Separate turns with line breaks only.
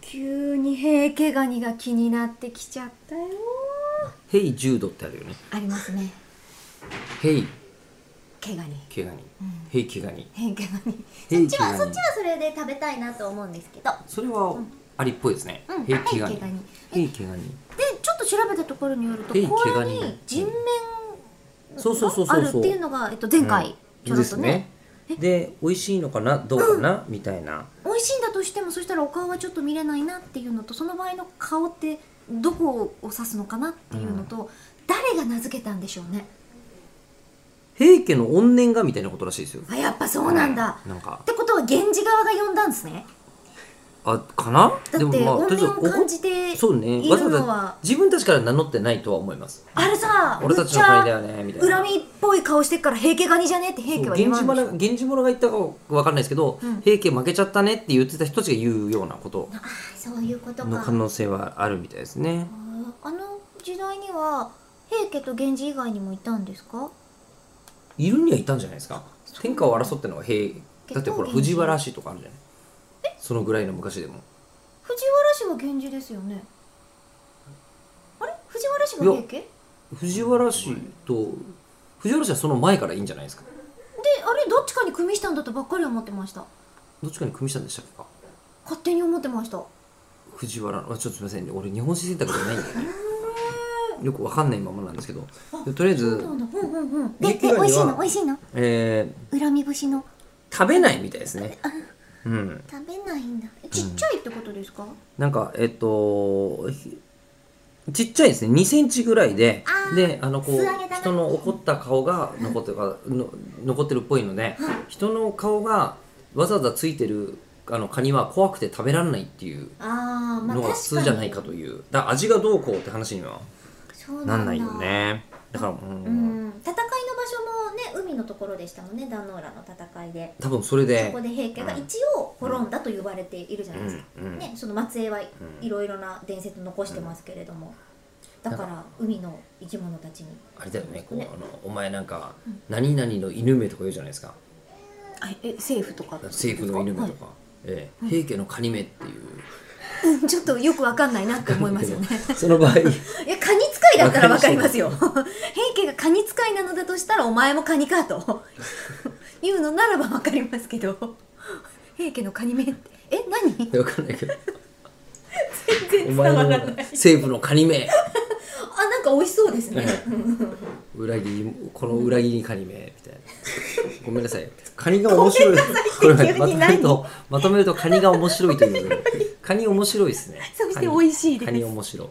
急に平毛ガニが気になってきちゃったよ
ヘイ柔道ってあるよね。
あります ね
ヘイ
毛ガニ
毛ガニ。ヘイ毛ガニ。
平毛ガニ
ヘ
そ
イ
っち
毛
は
ガ
そっ
ニ
ち。はそれで食べたいなと思うんですけど
それはありっぽいですね
うん。
ヘイ毛ガニ
ヘイ毛ガニ。
ヘイ毛ガニ。
でちょっと調べたところによると
えい
甲羅
毛ガ
に
ニ
人面
そうそうそう
があ
そう
るっ
そ
ていう
う。
のが、えっと、前回ちょ
で
ろっと
す
ね
ね。で美味しいのかなどうかなみたいな。
美味しいんだとしてもそしたらお顔はちょっと見れないなっていうのとその場合の顔ってどこを指すのかなっていうのと、誰が名付けたんでしょうね
平家の怨念がみたいなことらしいですよ。
あやっぱそうなんだ、
なんか
っ、てことは源氏側が呼んだんですね
あ、かな
だって怨念を感じて
おこそう
い
ね。
る
わざ
の
わざ
は
自分たちから名乗ってないとは思います。
あれさ
俺たちの
むっ
会
ち
だ
ゃ
よね、みたいな。
恨みっぽい顔してっから平家ガニじゃねって平家は言わ
源氏
んでしょ
村源氏村が言ったかわかんないですけど、
うん
平家負けちゃったねって言ってた人たちが言うようなこと
あーそういうこと
の
か
可能性はあるみたいですね。
あの時代には平家と源氏以外にもいたんですか
いるにはいたんじゃないですか。天下を争ってのは平だってほら
源氏
藤原氏とかあるじゃない。そのぐらいの昔でも。
藤原氏は源氏ですよねあれ藤原氏が平家で
藤原氏と藤原氏はその前からいいんじゃないですか。
あれどっちかに組みしたんだとばっかり思ってました
どっちかに組みしたんでしたっけか。
勝手に思ってました
藤原のあちょっとすみません俺日本史選択じゃないんだよねよくわかんないままなんですけどとりあえ
そう
ず
な、んだうんうんうん
で
で
で
美
美味
味
し
し
い
い
の
の美味しいの
え
恨み節の
ー、食べないみたいですねうん
食べないんだちっちゃいってことですか、
なんかえっとひちっちゃいですね2センチぐらいで
あー
であのこ
素揚げだ
う
な
人の怒った顔が残ってるかの残ってるっぽいので人の顔がわざわざついてるあのカニは怖くて食べられないっていう
あーまあ
のが普通じゃないかというだから味がどうこうって話には
そうな
な
んんだ
ないよねだからうん
うん戦いの場所もね海のところでしたもんね壇ノ浦の戦いで
多分それで
そこで平家が一応滅んだと言われているじゃないですか、
うんうん
ね、その松江はいろいろな伝説残してますけれども、だから海の生き物たちに
あれだよねこうあ
ね
のお前なんか何々の犬めとか言うじゃないですか
え政府とか
政府の犬めとか、ええ平家のカニめっていう
ちょっとよくわかんないなって思いますよね
その場合
いやカニ使いだったらわかりますよ平家がカニ使いなのだとしたらお前もカニかと言うのならばわかりますけど平家のカニ目ってえ何
分かんないけど
全
お
然伝
前
わらない
の政府のカニめ
あなんか美味しそうですね
裏切りこの裏切りカニめみたいなごめんなさいカニが面白いこれまとめるとまとめるとカニが面白いというカニ面白いですね
そして美味しいです
カニカニ面白い